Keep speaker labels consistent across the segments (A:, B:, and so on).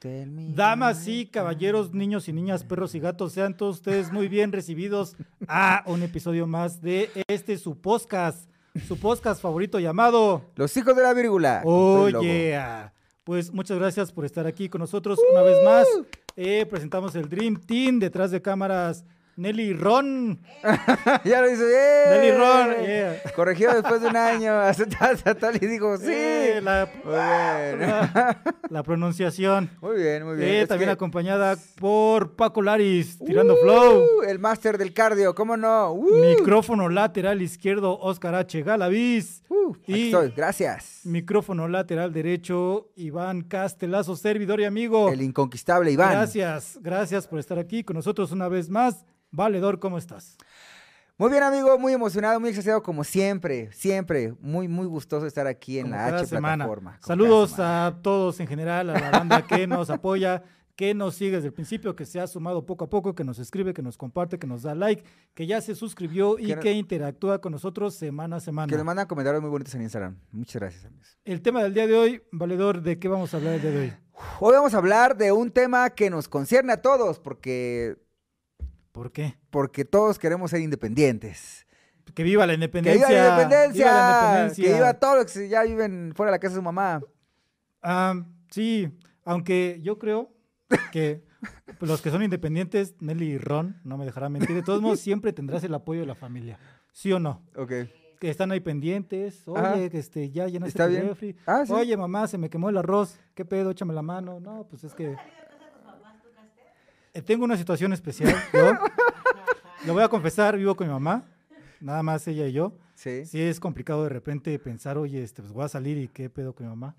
A: Damas y caballeros, niños y niñas, perros y gatos, sean todos ustedes muy bien recibidos a un episodio más de este su podcast, su podcast favorito llamado
B: Los hijos de la vírgula. Ah, con Freddy
A: Oye,
B: Lobo.
A: pues muchas gracias por estar aquí con nosotros una vez más.
B: Uh.
A: Eh, presentamos el Dream Team detrás de cámaras Nelly y Ron.
B: ya lo hizo. ¡eh!
A: Nelly Ron, eh, yeah.
B: Corregió después de un año. Aceptaste a tal y dijo, sí.
A: Eh, la,
B: Muy bien.
A: la- la pronunciación.
B: Muy bien, muy bien.
A: Eh,
B: Es
A: también
B: que-
A: acompañada por Paco Laris, tirando
B: ¡Uh!
A: flow.
B: El máster del cardio, ¿cómo no? ¡Uh!
A: Micrófono lateral izquierdo, Óscar H. Galaviz.
B: ¡Uh! Aquí
A: y-
B: estoy, gracias.
A: Micrófono lateral derecho, Iván Castelazo, servidor y amigo.
B: El inconquistable Iván.
A: Gracias, gracias por estar aquí con nosotros una vez más. Valedor, ¿cómo estás?
B: Muy bien, amigo, muy emocionado, muy exagerado, como siempre, siempre. Muy, muy gustoso estar aquí en
A: Como
B: la
A: cada
B: H
A: semana.
B: plataforma. como cada
A: Saludos
B: semana.
A: a todos en general, a la banda que nos apoya, que nos sigue desde el principio, que se ha sumado poco a poco, que nos escribe, que nos comparte, que nos da like, que ya se suscribió y
B: Que no-
A: que interactúa con nosotros
B: Que
A: semana a
B: nos
A: semana.
B: mandan comentarios muy bonitos en Instagram. Muchas gracias, amigos.
A: El tema del día de hoy, Valedor, ¿de qué vamos a hablar el día de hoy?
B: Hoy vamos a hablar de un tema que nos concierne a todos, porque,
A: ¿Por qué?
B: porque todos queremos ser independientes.
A: Que viva la
B: ¡Que
A: independencia.
B: viva la independencia!
A: viva la independencia.
B: ¡Que viva todos los que ya viven fuera de la casa de su mamá!
A: Ah, sí, aunque yo creo que los que son independientes, Nelly y Ron, no me dejarán mentir, de todos modos siempre tendrás el apoyo de la familia, ¿sí o no?
B: Ok.
A: Que están ahí pendientes, oye,
B: Ajá.
A: que este, ya llenaste
B: Está
A: tu
B: bien.
A: refri,
B: Ah, sí.
A: oye mamá, se me quemó el arroz, qué pedo, échame la mano, no, pues es que... Eh, Tengo una situación especial, yo, lo voy a confesar, vivo con mi mamá, nada más ella y yo,
B: Sí.
A: sí es complicado de repente pensar, oye, este, pues voy a salir y qué pedo con mi mamá.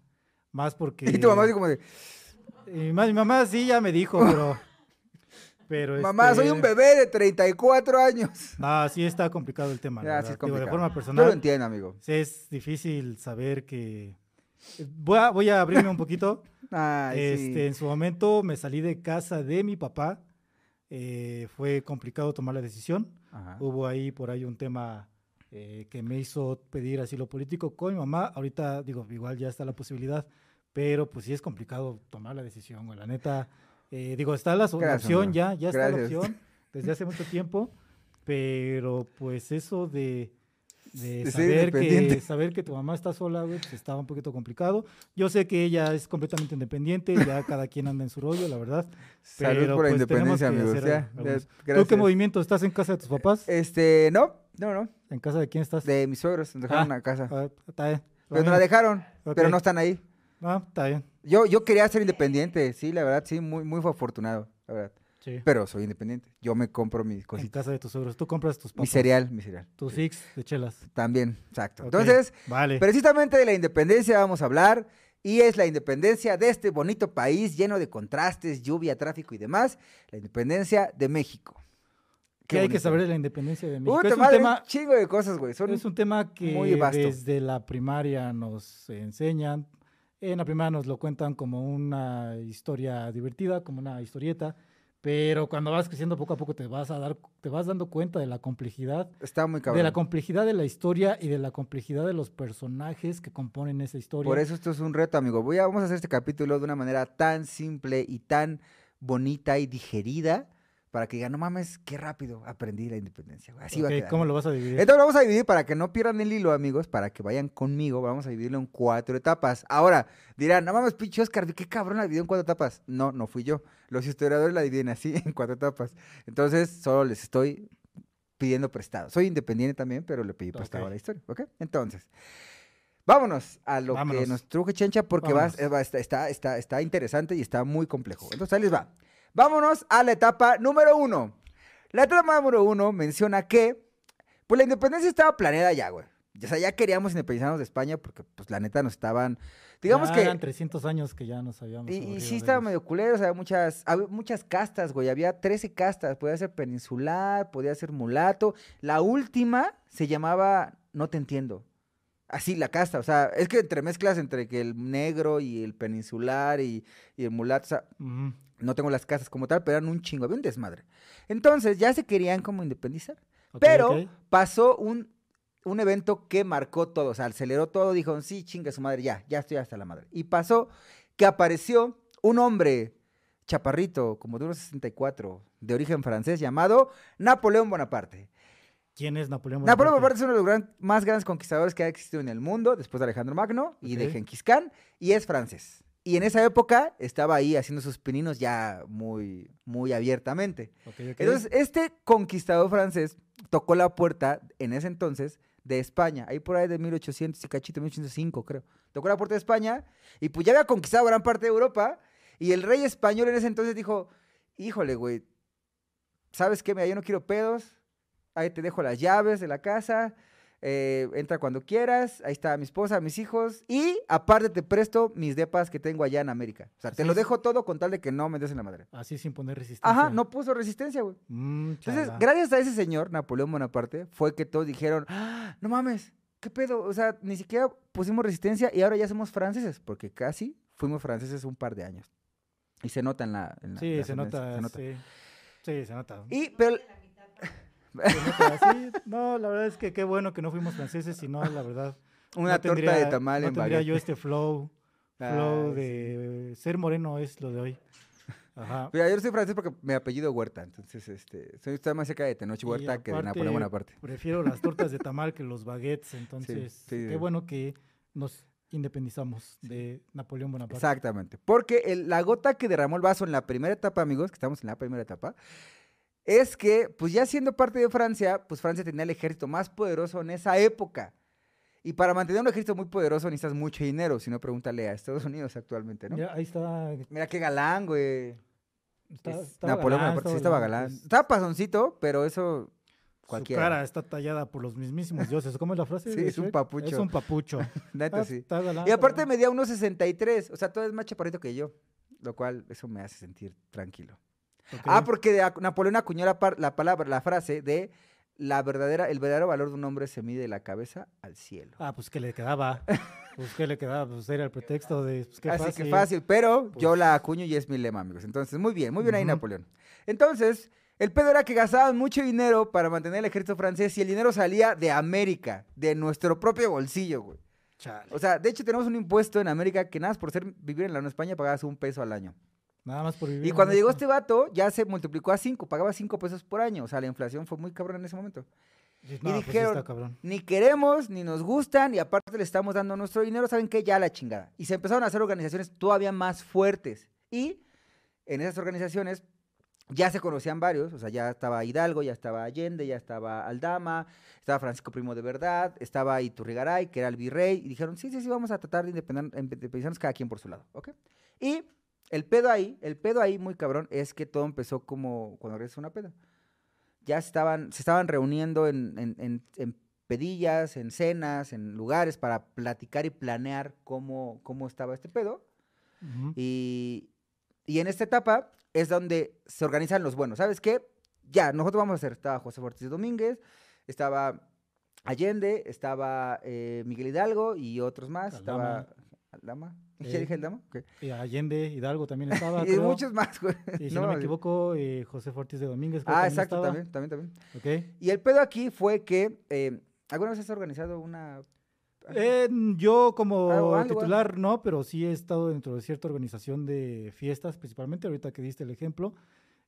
A: Más porque...
B: Y tu mamá así como de,
A: Y Mi, ma- mi mamá sí ya me dijo, pero. pero
B: mamá,
A: este,
B: soy un bebé de 34 años.
A: No, sí está complicado el tema. la
B: Ya, sí
A: verdad.
B: es
A: Digo,
B: complicado.
A: de forma
B: Yo lo
A: personal,
B: entiendo, amigo.
A: sí es difícil saber que. eh, Voy a, voy a abrirme un poquito.
B: Ay,
A: este,
B: sí.
A: En su momento me salí de casa de mi papá. Eh, fue complicado tomar la decisión.
B: Ajá.
A: Hubo ahí por ahí un tema eh, que me hizo pedir asilo político con mi mamá. Ahorita, digo, igual ya está la posibilidad, pero pues sí es complicado tomar la decisión, güey. La neta, eh, digo, está la, so- la
B: Gracias,
A: opción
B: amigo.
A: ya, ya está la
B: Gracias.
A: opción desde hace mucho tiempo, pero pues eso de. de
B: De ser
A: saber que,
B: independiente.
A: saber que tu mamá está sola, güey, pues estaba un poquito complicado. Yo sé que ella es completamente independiente, ya cada quien anda en su rollo, la verdad.
B: Salud
A: pero,
B: por la
A: pues, tenemos
B: independencia,
A: que
B: amigos.
A: hacer
B: Ya,
A: algo.
B: ya,
A: ¿Tú qué
B: gracias.
A: movimiento? ¿Estás en casa de tus papás?
B: Este, no, no, no.
A: ¿En casa de quién estás?
B: De mis suegros, nos dejaron
A: Ah.
B: a casa.
A: Ah, está bien.
B: Pero nos la dejaron,
A: Ok.
B: pero no están ahí.
A: Ah, está bien.
B: Yo, yo quería ser independiente, sí, la verdad, sí, muy, muy afortunado, la verdad.
A: Sí.
B: Pero pues, soy independiente. Yo me compro mis
A: en
B: cositas.
A: casa de tus suegros. Tú compras tus
B: Mi
A: papas,
B: cereal, mi cereal.
A: tus six de chelas.
B: También, exacto.
A: Ok,
B: Entonces,
A: Vale.
B: precisamente de la independencia vamos a hablar. Y es la independencia de este bonito país lleno de contrastes, lluvia, tráfico y demás. La independencia de México.
A: ¿Qué hay que
B: bonito.
A: saber de la independencia de México?
B: Puta
A: es, un
B: madre,
A: tema,
B: chingo de cosas, güey. Son
A: es un tema que
B: muy vasto.
A: desde la primaria nos enseñan. En la primaria nos lo cuentan como una historia divertida, como una historieta. Pero cuando vas creciendo poco a poco te vas a dar, te vas dando cuenta de la complejidad
B: Está muy
A: de
B: cabrón.
A: la complejidad de la historia y de la complejidad de los personajes que componen esa historia.
B: Por eso esto es un reto, amigo. Voy a, vamos a hacer este capítulo de una manera tan simple y tan bonita y digerida para que digan, no mames, qué rápido aprendí la independencia. güey". Así va a
A: Ok,
B: quedar.
A: ¿Cómo lo vas a dividir?
B: Entonces lo vamos a dividir para que no pierdan el hilo, amigos, para que vayan conmigo. Vamos a dividirlo en cuatro etapas. Ahora, dirán, no mames, pinche Oscar, qué cabrón la dividió en cuatro etapas. No, no fui yo. Los historiadores la dividen así, en cuatro etapas. Entonces, solo les estoy pidiendo prestado. Soy independiente también, pero le pedí prestado
A: Ok.
B: a la historia, ¿ok? Entonces, vámonos a lo
A: Vámonos.
B: que nos truje Chencha, porque vas-
A: Vámonos.
B: eh, va- está, está, está, está interesante y está muy complejo. Entonces, ahí les va. Vámonos a la etapa número uno. La etapa número uno menciona que, pues la independencia estaba planeada ya, güey. O sea, ya queríamos independizarnos de España porque, pues, la neta nos estaban, digamos
A: Ya
B: que...
A: Eran 300 años que ya nos habíamos.
B: Y, y
A: aburrido
B: sí
A: de
B: estaba
A: ellos.
B: medio culero, o sea, muchas, había muchas castas, güey. Había 13 castas. Podía ser peninsular, podía ser mulato. La última se llamaba No te entiendo. Así la casta, o sea, es que entremezclas entre que el negro y el peninsular y, y el mulato, o sea,
A: Ujú.
B: no tengo las castas como tal, pero eran un chingo, había un desmadre. Entonces ya se querían como independizar.
A: Ok,
B: Pero
A: ok.
B: pasó un, un evento que marcó todo, o sea, aceleró todo, dijo, sí, chinga su madre, ya, ya estoy hasta la madre. Y pasó que apareció un hombre chaparrito, como de unos 64, de origen francés, llamado Napoleón Bonaparte.
A: ¿Quién es Napoleón
B: Napoleón Bonaparte es uno de los gran- más grandes conquistadores que ha existido en el mundo, después de Alejandro Magno y de
A: Ok.
B: Genghis Khan, y es francés. Y en esa época estaba ahí haciendo sus pininos ya muy, muy abiertamente.
A: Ok, ok.
B: Entonces, este conquistador francés tocó la puerta en ese entonces de España, ahí por ahí de 1800 y cachito, 1805 creo. Tocó la puerta de España y pues ya había conquistado gran parte de Europa y el rey español en ese entonces dijo, híjole, güey, ¿sabes qué? Mira, yo no quiero pedos, ahí te dejo las llaves de la casa, eh, entra cuando quieras, ahí está mi esposa, mis hijos y aparte te presto mis depas que tengo allá en América. O sea, te
A: Así
B: lo
A: es.
B: dejo todo con tal de que no me des en la madre.
A: Así sin poner resistencia.
B: Ajá, no puso resistencia, güey.
A: Mm,
B: Entonces,
A: chala.
B: gracias a ese señor, Napoleón Bonaparte, fue que todos dijeron, "Ah, no mames, ¿qué pedo? O sea, ni siquiera pusimos resistencia y ahora ya somos franceses, porque casi fuimos franceses un par de años. Y se nota en la... en la-
A: Sí,
B: la
A: se
B: ascendencia,
A: nota, Sí. Sí, se nota.
B: Y, pero,
A: Se nota, sí. No, la verdad es que qué bueno que no fuimos franceses, sino la verdad.
B: una
A: no
B: torta de
A: tendría-
B: tamal
A: no
B: en
A: tendría
B: baguette. Ah,
A: yo este flow. Flow
B: Ay,
A: de ser moreno es lo de hoy. Ajá.
B: Mira, yo no soy francés porque mi apellido Huerta, entonces, este, soy estoy más cerca de Tenoch
A: Y
B: Huerta que de Napoleón
A: aparte,
B: Bonaparte.
A: Prefiero las tortas de tamal que los baguettes, entonces
B: sí.
A: qué bueno que nos independizamos de Napoleón Bonaparte.
B: Exactamente. Porque el- la gota que derramó el vaso en la primera etapa, amigos, que estamos en la primera etapa, es que, pues ya siendo parte de Francia, pues Francia tenía el ejército más poderoso en esa época. Y para mantener un ejército muy poderoso necesitas mucho dinero, si no pregúntale a Estados Unidos actualmente, ¿no? Mira,
A: Mira, ahí está,
B: qué galán, güey.
A: está-
B: Es-
A: estaba
B: Napoleón
A: galán,
B: Bonaparte sí estaba galán.
A: pues,
B: Estaba pasoncito, pero eso
A: Su
B: cualquiera.
A: cara está tallada por los mismísimos dioses. ¿Cómo es la frase?
B: Sí,
A: de
B: es un
A: Shrek?
B: papucho.
A: Es un papucho.
B: neta,
A: Ah,
B: sí.
A: está galán,
B: Y
A: está
B: aparte
A: galán.
B: medía unos 63, o sea, todo es más chaparrito que yo, lo cual eso me hace sentir tranquilo.
A: Ok.
B: Ah, porque de acu- Napoleón acuñó la, par- la palabra, la frase de la verdadera, el verdadero valor de un hombre se mide de la cabeza al cielo.
A: Ah, pues que le quedaba. Pues que le quedaba, pues era el pretexto de. Pues, qué
B: Así
A: fácil.
B: que Ah, fácil, pero yo
A: Pues-
B: la acuño y es mi lema, amigos. Entonces, muy bien, muy bien ahí,
A: Ujú.
B: Napoleón. Entonces, el pedo era que gastaban mucho dinero para mantener el ejército francés y el dinero salía de América, de nuestro propio bolsillo, güey.
A: Chale.
B: O sea, de hecho, tenemos un impuesto en América que nada más por ser vivir en la Unión España pagabas un peso al año.
A: Nada más por vivir.
B: Y
A: en
B: cuando llegó
A: esto.
B: este vato, ya se multiplicó a cinco, pagaba cinco pesos por año. O sea, la inflación fue muy cabrón en ese momento.
A: No, pues sí está
B: este, dijeron-
A: cabrón.
B: ni queremos, ni nos gustan, y aparte le estamos dando nuestro dinero, ¿saben qué? Ya la chingada. Y se empezaron a hacer organizaciones todavía más fuertes. Y en esas organizaciones ya se conocían varios, o sea, ya estaba Hidalgo, ya estaba Allende, ya estaba Aldama, estaba Francisco Primo de Verdad, estaba Iturrigaray, que era el virrey, y dijeron, sí, sí, sí, vamos a tratar de independen- independizarnos cada quien por su lado, ¿ok? Y el pedo ahí, el pedo ahí muy cabrón, es que todo empezó como cuando regresas a una peda. Ya estaban, se estaban reuniendo en, en- en- en pedillas, en cenas, en lugares para platicar y planear cómo, cómo estaba este pedo.
A: Ujú.
B: Y, y en esta etapa es donde se organizan los buenos. ¿Sabes qué? Ya, nosotros vamos a hacer. Estaba José Ortiz Domínguez, estaba Allende, estaba eh, Miguel Hidalgo y otros más.
A: Aldama.
B: Estaba. ¿Aldama?
A: Eh,
B: ¿Ya dije Aldama? Ok.
A: Y Allende, Hidalgo también estaba.
B: Y
A: creo.
B: muchos más, güey.
A: Y si no, me
B: así-
A: equivoco, eh, José Fortis de Domínguez. creo
B: Ah,
A: también
B: exacto,
A: estaba.
B: también, también, también.
A: Ok.
B: Y el pedo aquí fue que. eh, ¿Alguna vez has organizado una.
A: Eh, yo como
B: Ah. Algo, algo,
A: titular no, pero sí he estado dentro de cierta organización de fiestas, principalmente ahorita que diste el ejemplo.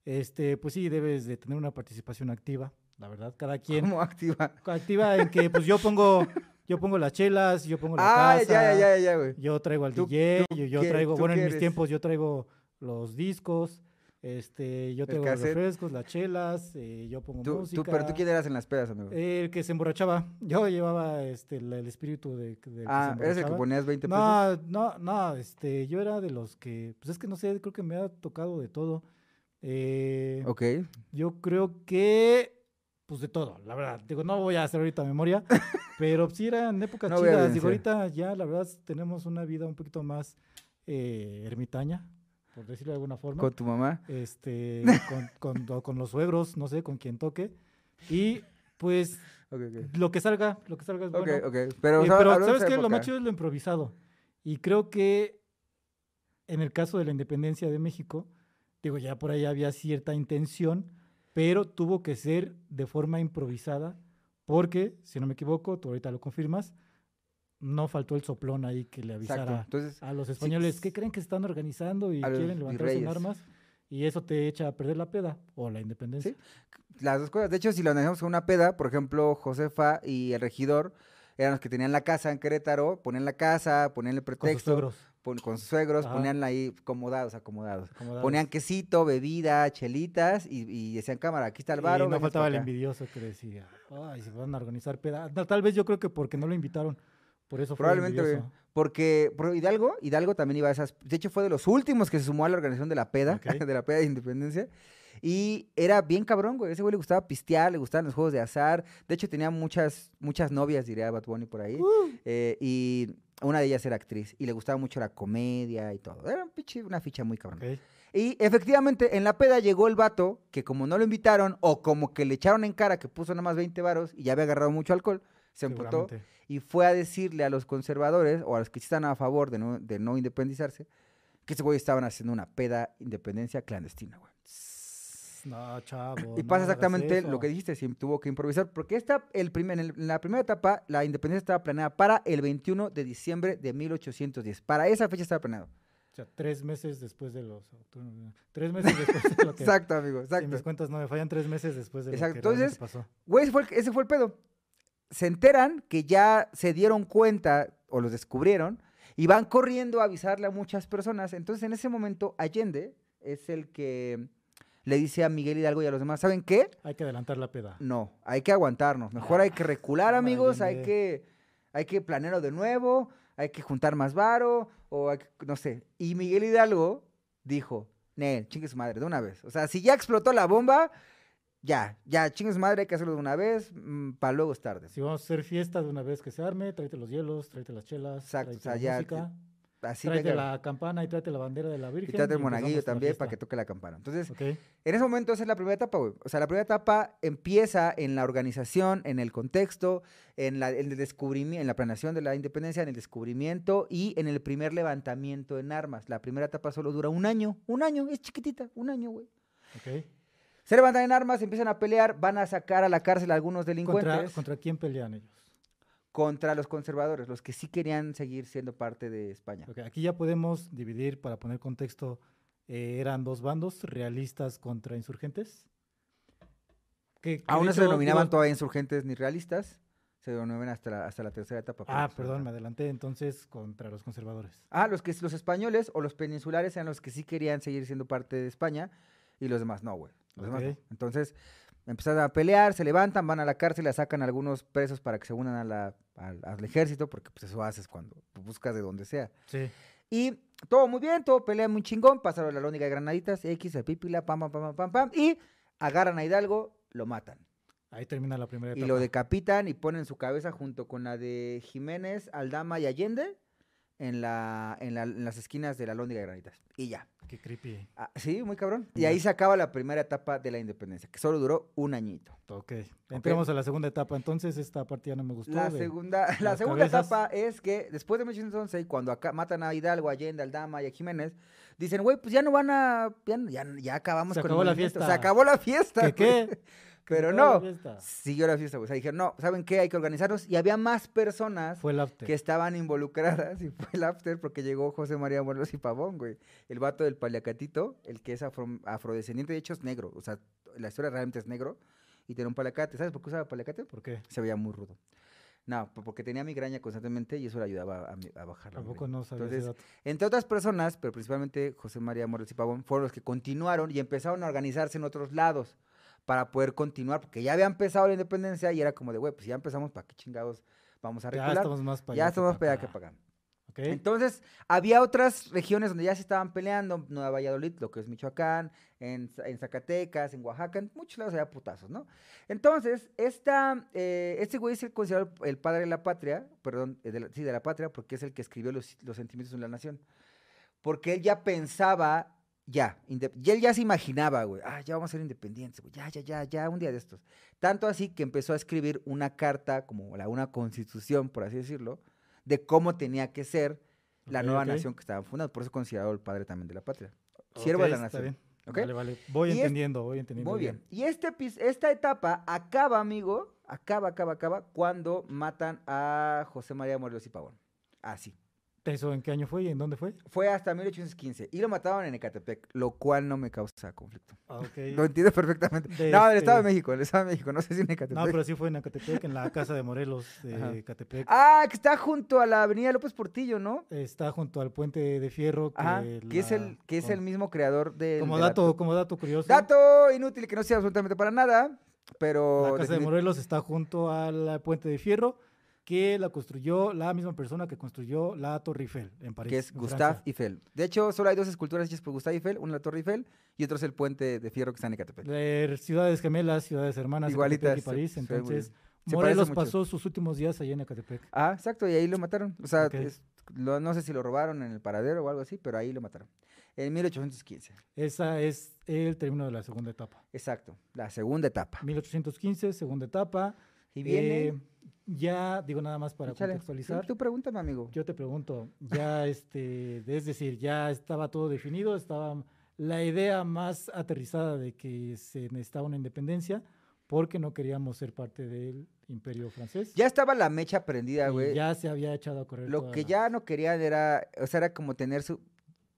A: Este, pues sí, debes de tener una participación activa, la verdad. Cada quien
B: ¿Cómo activa?
A: activa en que pues yo pongo, yo pongo las chelas, yo pongo la
B: Ah,
A: casa,
B: ya, ya, ya, ya, güey.
A: yo traigo al
B: Tú-
A: DJ, yo, yo
B: qué-
A: traigo,
B: tú
A: bueno,
B: qué
A: en mis
B: eres.
A: tiempos yo traigo los discos, este, yo
B: El
A: traigo los
B: cassette.
A: refrescos, las chelas, eh, yo pongo
B: Tú,
A: música. Eh,
B: tú, pero tú quién eras en las pedas, amigo.
A: El que se emborrachaba. Yo llevaba este, el, el espíritu de, del
B: ah,
A: que se
B: eres el que
A: emborrachaba.
B: ponías 20 pesos.
A: No, no, no, este, yo era de los que, pues es que no sé, creo que me ha tocado de todo. Eh,
B: Ok.
A: Yo creo que, pues de todo, la verdad. Digo, no voy a hacer ahorita memoria, pero sí eran épocas
B: No voy a
A: chidas. Digo,
B: evidenciar.
A: ahorita ya, la verdad, tenemos una vida un poquito más eh, ermitaña, por decirlo de alguna forma
B: Con tu mamá.
A: este, con, con, o con los suegros, no sé, con quien toque. Y pues
B: Ok, ok.
A: lo que salga, lo que salga es
B: Ok,
A: bueno.
B: ok.
A: Eh,
B: Pero, o sea,
A: pero
B: hablando de
A: ¿sabes
B: esa
A: qué? Lo más
B: época.
A: chido es lo improvisado. Y creo que en el caso de la independencia de México, digo, ya por ahí había cierta intención, pero tuvo que ser de forma improvisada, porque, si no me equivoco, tú ahorita lo confirmas, no faltó el soplón ahí que le
B: Exacto.
A: avisara
B: Entonces,
A: a los españoles que creen que se están organizando y
B: A los
A: quieren levantarse en
B: virreyes.
A: armas y eso te echa a perder la peda o la independencia.
B: Sí. las dos cosas. De hecho, si lo analizamos con una peda, por ejemplo, Josefa y el regidor eran los que tenían la casa en Querétaro, ponían la casa, ponían el
A: Con sus
B: pretexto,
A: suegros.
B: pon- con sus suegros,
A: Ajá.
B: ponían ahí acomodados, acomodados.
A: acomodados.
B: Ponían quesito, bebida, chelitas y, y decían cámara, aquí está el bar.
A: Y no faltaba el envidioso que decía, ay, se van a organizar peda. No, tal vez yo creo que porque no lo invitaron, por eso fue
B: Probablemente, güey.
A: envidioso.
B: Porque por Hidalgo, Hidalgo también iba a esas. De hecho, fue de los últimos que se sumó a la organización de la peda,
A: Ok.
B: de la peda de independencia. Y era bien cabrón, güey. Ese güey le gustaba pistear, le gustaban los juegos de azar. De hecho, tenía muchas, muchas novias, diría Bad Bunny por
A: Uh.
B: ahí. Eh, y una de ellas era actriz. Y le gustaba mucho la comedia y todo. Era un pinche- una ficha muy cabrón.
A: Ok.
B: Y efectivamente, en la peda llegó el vato que como no lo invitaron o como que le echaron en cara que puso nada más 20 varos y ya había agarrado mucho alcohol, se emputó
A: Seguramente.
B: y fue a decirle a los conservadores o a los que sí están a favor de no, de no independizarse que ese güey estaban haciendo una peda independencia clandestina, güey.
A: Tss, No, chavo.
B: Y
A: Oh, no
B: pasa
A: hagas
B: exactamente lo
A: eso.
B: que dijiste, si tuvo que improvisar, porque esta, el primer- en, el- en la primera etapa, la independencia estaba planeada para el 21 de diciembre de 1810. Para esa fecha estaba planeado.
A: O sea, tres meses después de los... Tres meses después de lo que...
B: Exacto, amigo,
A: Si mis
B: exacto.
A: cuentas no me fallan, tres meses después de lo
B: Exacto,
A: que realmente
B: entonces,
A: pasó.
B: Güey, ese fue, el, ese fue el pedo. Se enteran que ya se dieron cuenta o los descubrieron y van corriendo a avisarle a muchas personas. Entonces, en ese momento, Allende es el que le dice a Miguel Hidalgo y a los demás, ¿saben qué?
A: Hay que adelantar la peda.
B: No, hay que aguantarnos. Mejor hay que recular,
A: Ah,
B: amigos. Hay
A: Allende.
B: que, hay que planearlo de nuevo. Hay que juntar más varo. O hay que- no sé. Y Miguel Hidalgo dijo, Nel, chingue su madre, de una vez. O sea, si ya explotó la bomba, ya, ya, chingue su madre, hay que hacerlo de una vez. para luego es tarde.
A: Si vamos a hacer fiesta de una vez que se arme, tráete los hielos, tráete las chelas,
B: Exacto, o
A: tráete
B: sea,
A: la
B: ya te-
A: música,
B: Así
A: tráete
B: venga,
A: la campana y tráete la bandera de la
B: Y
A: Virgen.
B: trate el
A: empezamos
B: monaguillo
A: la
B: también para que
A: fiesta.
B: toque la campana. Entonces,
A: Ok.
B: En ese momento esa es la primera etapa, güey. O sea, la primera etapa empieza en la organización, en el contexto, en, la, en el descubrimiento, en la planeación de la independencia, en el descubrimiento y en el primer levantamiento en armas. La primera etapa solo dura un año, un año, es chiquitita, un año, güey.
A: ok.
B: Se levantan en armas, empiezan a pelear, van a sacar a la cárcel a algunos
A: ¿Contra,
B: delincuentes contra,
A: ¿Contra quién pelean ellos?
B: los conservadores, los que sí querían seguir siendo parte de España.
A: Ok, aquí ya podemos dividir para poner contexto. eh, eran dos bandos, realistas contra insurgentes. Que, que
B: Aún
A: de
B: no se
A: hecho,
B: denominaban
A: iban-
B: todavía insurgentes ni realistas, se denominaban hasta la, hasta la tercera etapa. por
A: Ah,
B: eso,
A: perdón,
B: ajá.
A: me adelanté. Entonces, contra los conservadores.
B: Ah, los que los españoles o los peninsulares eran los que sí querían seguir siendo parte de España y los demás no, güey. Los demás no.
A: Ok.
B: Entonces empezaron a pelear, se levantan, van a la cárcel, la sacan a algunos presos para que se unan a la- al, al ejército, porque pues eso haces cuando buscas de donde sea.
A: Sí.
B: Y todo muy bien, todo pelea muy chingón, pasaron la lónica de granaditas, X, a pípila, pam, pam, pam, pam, pam, pam, y agarran a Hidalgo, lo matan.
A: Ahí termina la primera
B: Y
A: etapa.
B: lo decapitan y ponen su cabeza junto con la de Jiménez, Aldama y Allende en, la, en, la- en las esquinas de la lóndiga de granitas. Y ya.
A: Qué creepy.
B: Ah, sí, muy cabrón. Y ahí se acaba la primera etapa de la independencia, que solo duró un añito.
A: Ok. Entremos a la segunda etapa. Entonces, esta parte ya no me gustó.
B: La
A: Pues de-
B: segunda, la
A: las
B: segunda
A: cabezas.
B: etapa es que después de 1811, cuando acá matan a Hidalgo, Allende, Aldama y a Jiménez, dicen, güey, pues ya no van a. Ya, ya, ya acabamos
A: Se
B: con
A: acabó
B: el
A: la
B: movimiento".
A: fiesta.
B: Se acabó la fiesta.
A: ¿Qué,
B: güey.
A: qué?
B: Pero
A: Acabó la
B: no.
A: fiesta.
B: Siguió la fiesta, güey. O sea, dijeron, no, ¿saben qué? Hay que organizarnos. Y había más personas
A: Fue el after.
B: que estaban involucradas y fue el after porque llegó José María Morelos y Pavón, güey. El vato del paliacatito, el que es afro- afrodescendiente, de hecho es negro. O sea, la historia realmente es negro y tenía un palacate. ¿Sabes por qué usaba palacate?
A: ¿Por qué?
B: Se veía muy rudo. No, po- porque tenía migraña constantemente y eso le ayudaba a, mi- a bajar la
A: Tampoco
B: migraña.
A: no sabía ese
B: Entonces,
A: dato.
B: Entre otras personas, pero principalmente José María Morelos y Pavón, fueron los que continuaron y empezaron a organizarse en otros lados para poder continuar, porque ya había empezado la independencia y era como de, güey, pues ya empezamos, ¿para qué chingados vamos a
A: Ya
B: recular?
A: estamos más para
B: Ya estamos para allá que
A: acá.
B: para acá.
A: Ok.
B: Entonces, había otras regiones donde ya se estaban peleando, Nueva Valladolid, lo que es Michoacán, en, Z- en Zacatecas, en Oaxaca, en muchos lados había putazos, ¿no? Entonces, esta, eh, este güey es el considerado el padre de la patria, perdón, eh, de la- sí, de la patria, porque es el que escribió los, los sentimientos de la nación. Porque él ya pensaba, ya, inde- y él ya se imaginaba, güey, ah, ya vamos a ser independientes, güey, ya, ya, ya, ya, un día de estos. Tanto así que empezó a escribir una carta, como la, una constitución, por así decirlo, de cómo tenía que ser la
A: Ok,
B: nueva
A: ok.
B: nación que estaban fundando. Por eso es considerado el padre también de la patria.
A: Ok,
B: Siervo de la
A: está
B: nación.
A: bien.
B: ¿ok?
A: Vale, vale. Voy
B: Y es-
A: entendiendo, voy entendiendo.
B: Muy bien. Y este, epis- esta etapa acaba, amigo, acaba, acaba, acaba cuando matan a José María Morelos y Pavón. Así.
A: ¿Eso en qué año fue y en dónde fue?
B: Fue hasta 1815 y lo mataron en Ecatepec, lo cual no me causa conflicto.
A: Ah, ok.
B: Lo entiendo perfectamente.
A: De
B: no, del
A: este-
B: Estado de México, del Estado de México, no sé si en Ecatepec.
A: No, pero sí fue en Acatepec, en la casa de Morelos
B: Ajá.
A: de Ecatepec.
B: Ah, que está junto a la Avenida López Portillo, ¿no?
A: Está junto al puente de fierro. Que,
B: Ajá, que es
A: la-
B: el que es el
A: con-
B: mismo creador del
A: Como
B: de la-
A: dato, como dato curioso.
B: Dato inútil que no sirve absolutamente para nada, pero
A: La casa de
B: definit-
A: Morelos está junto al puente de fierro que la construyó la misma persona que construyó la Torre Eiffel en París.
B: que es
A: en
B: Gustave
A: Francia.
B: Eiffel. De hecho, solo hay dos esculturas hechas por Gustave Eiffel, una la Torre Eiffel y otro es el puente de fierro que está en Ecatepec.
A: De Eh, ciudades gemelas, ciudades hermanas,
B: Igualitas,
A: Igualitas,
B: se-
A: y París.
B: se ve muy
A: Entonces,
B: bien. Se parece
A: Morelos
B: mucho.
A: pasó sus últimos días allá en Ecatepec.
B: Ah, exacto, y ahí lo mataron. O sea,
A: Ok.
B: es- lo- no sé si lo robaron en el paradero o algo así, pero ahí lo mataron. En 1815.
A: Esa es el término de la segunda etapa.
B: Exacto, la segunda etapa.
A: 1815, segunda etapa.
B: Y viene...
A: Eh, ya digo nada más para
B: échale, sí,
A: contextualizar.
B: Tú pregúntame, amigo.
A: Yo te pregunto, ya este, es decir, ya estaba todo definido, estaba la idea más aterrizada de que se necesitaba una independencia porque no queríamos ser parte del imperio francés.
B: Ya estaba la mecha prendida,
A: Y
B: güey.
A: ya se había echado a correr.
B: Lo
A: toda
B: que
A: la-
B: ya no querían era, o sea, era como tener su...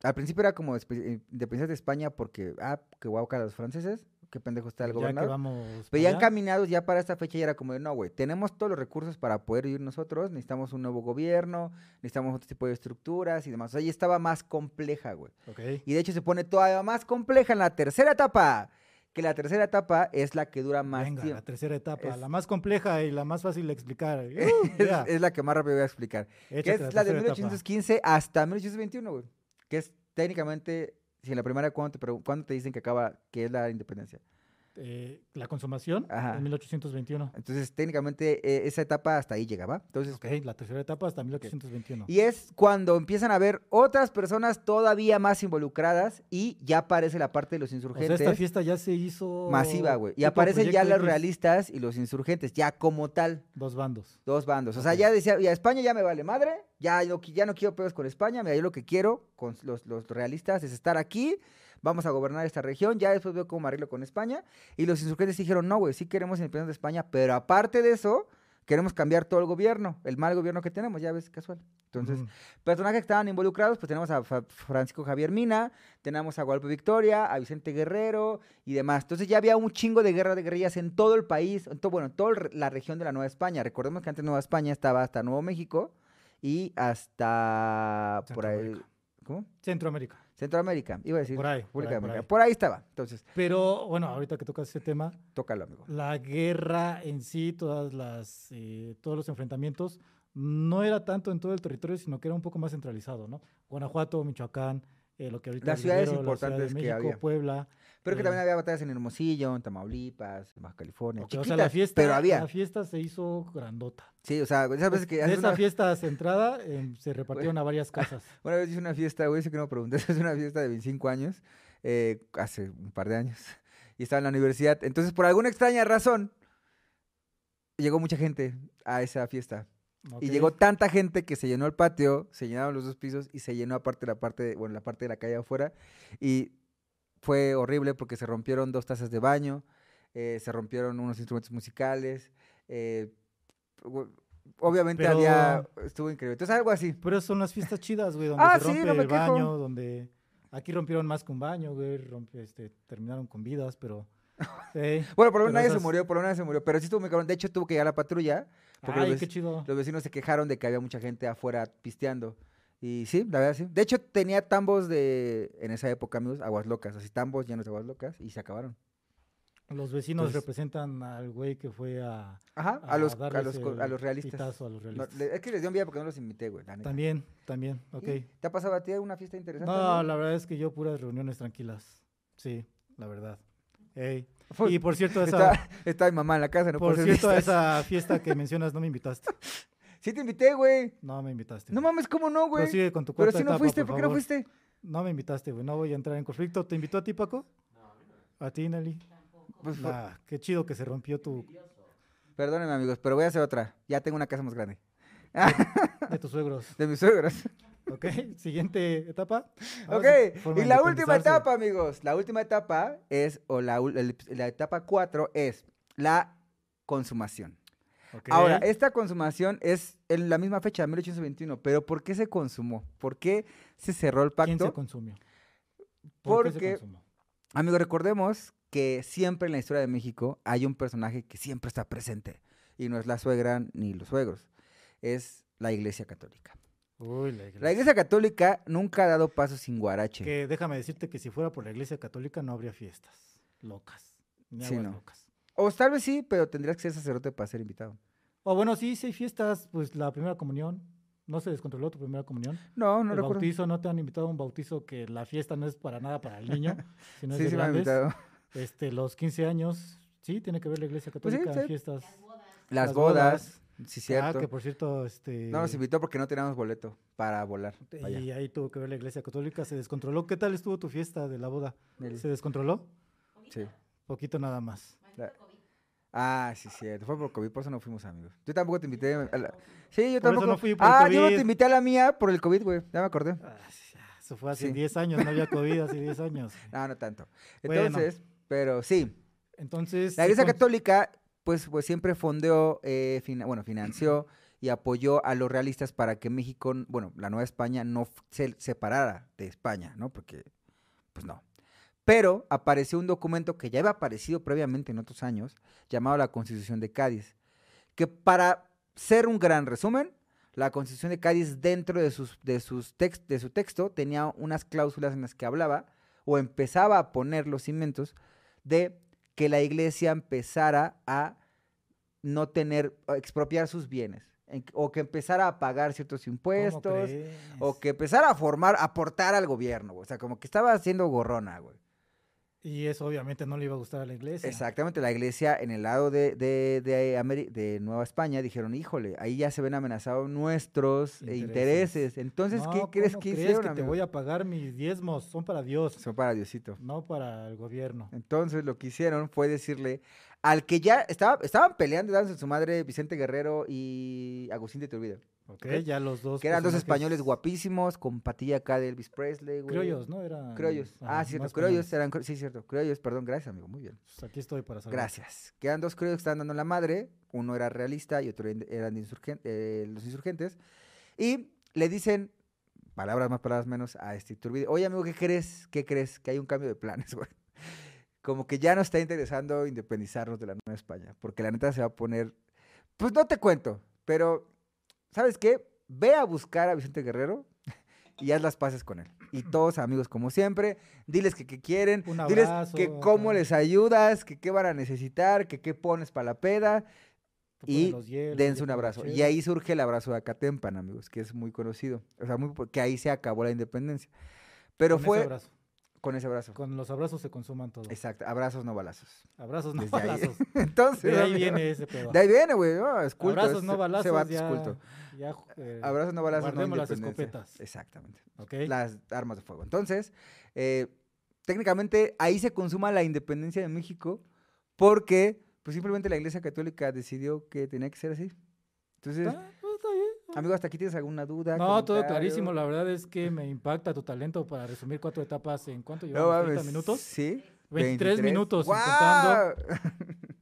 B: Al principio era como espe- eh, independencia de España porque, ah, que guau, cara, los franceses, qué pendejo está el
A: ya que
B: gobernador.
A: vamos.
B: Pero ya
A: para allá.
B: encaminados ya para esta fecha ya era como, de, no, güey, tenemos todos los recursos para poder ir nosotros, necesitamos un nuevo gobierno, necesitamos otro tipo de estructuras y demás. O sea, ya estaba más compleja, güey.
A: Ok.
B: Y de hecho se pone todavía más compleja en la tercera etapa, que la tercera etapa es la que dura más
A: Venga, la
B: tiempo.
A: tercera etapa,
B: Es-
A: la más compleja y la más fácil de explicar. Uh, ya,
B: es, es la que más rápido voy a explicar. Que
A: échate
B: es la de
A: tercera etapa.
B: 1815 hasta 1821, güey. Que es técnicamente, si en la primera, ¿cuándo te, pregun- cuándo te dicen que acaba, que es la independencia?
A: Eh, la consumación
B: Ajá.
A: en 1821.
B: Entonces, técnicamente, eh, esa etapa hasta ahí llegaba. Entonces,
A: Ok, la tercera etapa hasta 1821.
B: Y es cuando empiezan a ver otras personas todavía más involucradas y ya aparece la parte de los
A: O
B: insurgentes
A: sea, esta fiesta ya se hizo.
B: masiva, güey. Y
A: tipo
B: aparecen ya
A: Proyecto
B: los
A: X,
B: realistas y los insurgentes, ya como tal,
A: Dos bandos.
B: dos bandos. O sea,
A: Ok.
B: ya decía, ya España ya me vale madre, ya no, qui- ya no quiero pedos con España, mira, yo lo que quiero con los, los realistas es estar aquí, vamos a gobernar esta región, ya después veo cómo me arreglo con España. Y los insurgentes dijeron, no, güey, sí queremos independencia de España, pero aparte de eso, queremos cambiar todo el gobierno, el mal gobierno que tenemos, ya ves, casual. Entonces,
A: Ujú.
B: personajes que estaban involucrados, pues tenemos a Fa- Francisco Javier Mina, tenemos a Guadalupe Victoria, a Vicente Guerrero y demás. Entonces ya había un chingo de guerra de guerrillas en todo el país, en to- bueno, en toda el re- la región de la Nueva España. Recordemos que antes Nueva España estaba hasta Nuevo México y hasta por ahí.
A: Centroamérica.
B: ¿Cómo?
A: Centroamérica.
B: Centroamérica, iba a decir.
A: Por ahí, por
B: República
A: ahí, por
B: Dominicana.
A: ahí.
B: Por ahí estaba. Entonces,
A: Pero bueno, ahorita que tocas ese tema,
B: tócalo, amigo.
A: la guerra en sí, todas las, eh, todos los enfrentamientos, no era tanto en todo el territorio, sino que era un poco más centralizado, ¿no? Guanajuato, Michoacán, eh, lo que ahorita.
B: Las
A: es
B: ciudades
A: Guerrero, la Ciudad de
B: importantes que había.
A: México, Puebla.
B: Pero que
A: eh,
B: también había batallas en Hermosillo, en Tamaulipas, en Baja California.
A: ok, o sea, la
B: chiquitas,
A: fiesta,
B: pero había.
A: la fiesta se hizo grandota.
B: Sí, o sea, esas veces que
A: De
B: haces
A: esa
B: una-
A: fiesta centrada eh, se repartieron a varias casas.
B: Una vez hice una fiesta, güey, eso que no me pregunté, es una fiesta de 25 años, eh, hace un par de años, y estaba en la universidad. Entonces, por alguna extraña razón, llegó mucha gente a esa fiesta. Y
A: ok.
B: llegó tanta gente que se llenó el patio, se llenaron los dos pisos y se llenó aparte la parte, de- bueno, la parte de la calle afuera. Y fue horrible porque se rompieron dos tazas de baño, eh, se rompieron unos instrumentos musicales. eh, güey, obviamente
A: Pero-
B: había, estuvo increíble. Entonces, algo así.
A: Pero son las fiestas chidas, güey, donde
B: Ah,
A: se
B: sí,
A: rompe
B: no me
A: el
B: quejo.
A: baño, donde aquí rompieron más que un baño, güey, rompe- este, terminaron con vidas, pero sí.
B: Bueno, por lo menos
A: Pero
B: nadie se
A: esas-
B: murió, por lo menos nadie se murió. Pero sí estuvo muy cabrón. De hecho, tuvo que llegar la patrulla. Porque
A: Ay,
B: los,
A: qué
B: veci-
A: chido.
B: los vecinos se quejaron de que había mucha gente afuera pisteando. Y sí, la verdad sí. De hecho, tenía tambos de, en esa época, amigos, aguas locas. Así tambos llenos de aguas locas y se acabaron.
A: Los vecinos
B: Entonces-
A: representan al güey que fue a,
B: Ajá, a, los, a,
A: darles
B: los, co- a
A: el
B: los realistas.
A: pitazo a los
B: No,
A: realistas.
B: le- es que les dio envidia porque no los invité, güey. la neta.
A: También, también, ok.
B: ¿Y ¿Te ha pasado a ti alguna fiesta interesante?
A: No,
B: amigo?
A: la verdad es que yo puras reuniones tranquilas. Sí, la verdad. Ey.
B: Pues,
A: Y por cierto, esa,
B: Está, está mi mamá en la casa, no
A: por
B: puedo hacer
A: cierto,
B: fiestas.
A: esa fiesta que mencionas no me invitaste.
B: Sí te invité, güey.
A: No me invitaste.
B: No mames, ¿cómo no, güey?
A: Prosigue con tu
B: Pero
A: cuarta
B: si no
A: etapa,
B: fuiste,
A: por
B: ¿por qué no
A: favor.
B: fuiste?
A: No me invitaste, güey. No voy a entrar en conflicto. ¿Te invitó a ti, Paco? ¿A ti, Nelly?
B: Pues, fue-
A: Nah, qué chido que se rompió tu,
B: Perdónenme, amigos, pero voy a hacer otra. Ya tengo una casa más grande.
A: de tus suegros.
B: De mis suegros.
A: ¿Ok? Siguiente etapa.
B: Ok.
A: Ahora sí, forma
B: Y
A: de
B: la última
A: independizarse.
B: etapa, amigos. La última etapa es, o la, ul- el- la etapa 4 es la consumación.
A: Ok.
B: Ahora, esta consumación es en la misma fecha, 1821, pero ¿por qué se consumó? ¿Por qué se cerró el
A: ¿Quién se
B: pacto?
A: consumió? qué se
B: Porque-
A: consumó?
B: Amigos, recordemos que siempre en la historia de México hay un personaje que siempre está presente y no es la suegra ni los suegros, es la Iglesia Católica.
A: Uy, la iglesia.
B: La Iglesia Católica nunca ha dado paso sin guarache.
A: Que déjame decirte que si fuera por la iglesia católica no habría fiestas locas. Ni
B: Sí,
A: aguas
B: no.
A: locas.
B: O tal vez sí, pero tendrías que ser sacerdote para ser invitado.
A: O bueno, sí, sí hay fiestas, pues la primera comunión. ¿No se descontroló tu primera comunión?
B: No, no
A: el
B: recuerdo.
A: bautizo, ¿no te han invitado a un bautizo que la fiesta no es para nada para el niño? Sino es
B: sí,
A: de
B: sí me han
A: grandes?
B: invitado.
A: Este, los 15 años, sí, tiene que ver la iglesia católica en
B: Pues sí.
A: fiestas.
B: Las
A: Las
B: bodas, sí,
A: Ah,
B: cierto.
A: que por cierto, este...
B: No nos invitó porque no teníamos boleto para volar. para allá.
A: y ahí tuvo que ver la iglesia católica, se descontroló. ¿Qué tal estuvo tu fiesta de la boda?
B: El-
A: ¿Se descontroló?
B: sí.
A: Poquito nada más.
B: La- Ah, sí, cierto. Fue por COVID, por eso no fuimos amigos. Yo tampoco te invité. a la- Sí, yo
A: Por eso
B: tampoco.
A: no fui por el
B: ah, yo no
A: COVID.
B: te invité a la mía por el COVID, güey. Ya me acordé.
A: Ah, sí, ah, Eso fue hace
B: Sí.
A: 10 años, no había COVID hace 10 años.
B: No, no tanto.
A: Bueno.
B: Entonces, pero sí.
A: Entonces...
B: La
A: sí
B: Iglesia
A: con-
B: Católica, pues, pues siempre fondeó, eh, fina- bueno, financió y apoyó a los realistas para que México, n- bueno, la Nueva España no f- se separara de España, ¿no? Porque, pues no. Pero apareció un documento que ya había aparecido previamente en otros años, llamado la Constitución de Cádiz, que para ser un gran resumen, la Constitución de Cádiz dentro de, sus, de, sus tex- de su texto tenía unas cláusulas en las que hablaba o empezaba a poner los cimientos de que la iglesia empezara a no tener, a expropiar sus bienes, en- o que empezara a pagar ciertos
A: ¿Cómo
B: impuestos,
A: crees?
B: o que empezara a formar, a aportar al gobierno, güey. o sea, como que estaba haciendo gorrona, güey.
A: Y eso obviamente no le iba a gustar a la iglesia.
B: Exactamente, la iglesia en el lado de, de, de Ameri- de Nueva España dijeron, híjole, ahí ya se ven amenazados nuestros eh, intereses.
A: Intereses.
B: Entonces,
A: No,
B: ¿qué crees
A: ¿cómo
B: que hicieron?
A: que te
B: amigo?
A: voy a pagar mis diezmos, son para Dios,
B: Son para Diosito.
A: no para el gobierno.
B: Entonces lo que hicieron fue decirle al que ya estaba, estaban peleando, dándose su madre Vicente Guerrero y Agustín de Turbide,
A: Ok,
B: Ok.
A: ya los dos.
B: que eran dos
A: personajes
B: españoles guapísimos, con patilla acá de Elvis Presley, güey.
A: Criollos, ¿no? Eran,
B: Criollos.
A: ajá,
B: Ah, sí, cierto,
A: no españoles.
B: criollos, eran, cri- sí, cierto, criollos, perdón, gracias, amigo, muy bien.
A: Pues aquí estoy para salvar.
B: Gracias. Quedan dos criollos que estaban dando la madre. Uno era realista y otro en- eran de insurgen- eh, los insurgentes. Y le dicen, palabras más, palabras menos, a este Iturbide. Oye, amigo, ¿qué crees? ¿Qué crees? Que hay un cambio de planes, güey. Como que ya nos está interesando independizarnos de la Nueva España. Porque la neta se va a poner. Pues no te cuento, pero ¿sabes qué? Ve a buscar a Vicente Guerrero y haz las paces con él. Y todos amigos, como siempre, diles que qué quieren,
A: Un
B: diles que
A: abrazo,
B: cómo
A: ajá.
B: les ayudas, que qué van a necesitar, que qué pones para la peda,
A: Tú pones
B: y
A: los hielos, yo
B: dense un
A: pongo
B: abrazo.
A: chela.
B: Y ahí surge el abrazo de Acatempan, amigos, que es muy conocido. O sea, muy, porque ahí se acabó la independencia. Pero
A: Con ese
B: fue
A: abrazo.
B: con ese abrazo.
A: Con los abrazos se consuman todo.
B: Exacto, abrazos no balazos.
A: Abrazos, no
B: Desde ahí.
A: balazos.
B: Entonces,
A: De ahí
B: amigo,
A: viene ese pedo.
B: De ahí viene, güey. no, es culto.
A: abrazos,
B: es-
A: no balazos.
B: Ese vato es
A: ya,
B: culto.
A: ya, eh,
B: Abrazos no balazos, no
A: guardemos las
B: independencia.
A: escopetas.
B: Exactamente.
A: ¿ok?
B: las armas de fuego. Entonces, eh, técnicamente ahí se consuma la independencia de México porque pues simplemente la Iglesia Católica decidió que tenía que ser así. Entonces,
A: Ah, pues, está bien.
B: amigo, hasta aquí tienes alguna duda.
A: No, todo
B: comentario?
A: clarísimo. La verdad es que me impacta tu talento para resumir cuatro etapas en cuánto
B: No
A: llevamos,
B: mames.
A: 30 minutos.
B: Sí.
A: 23, minutos sin contando.
B: ¡Guau!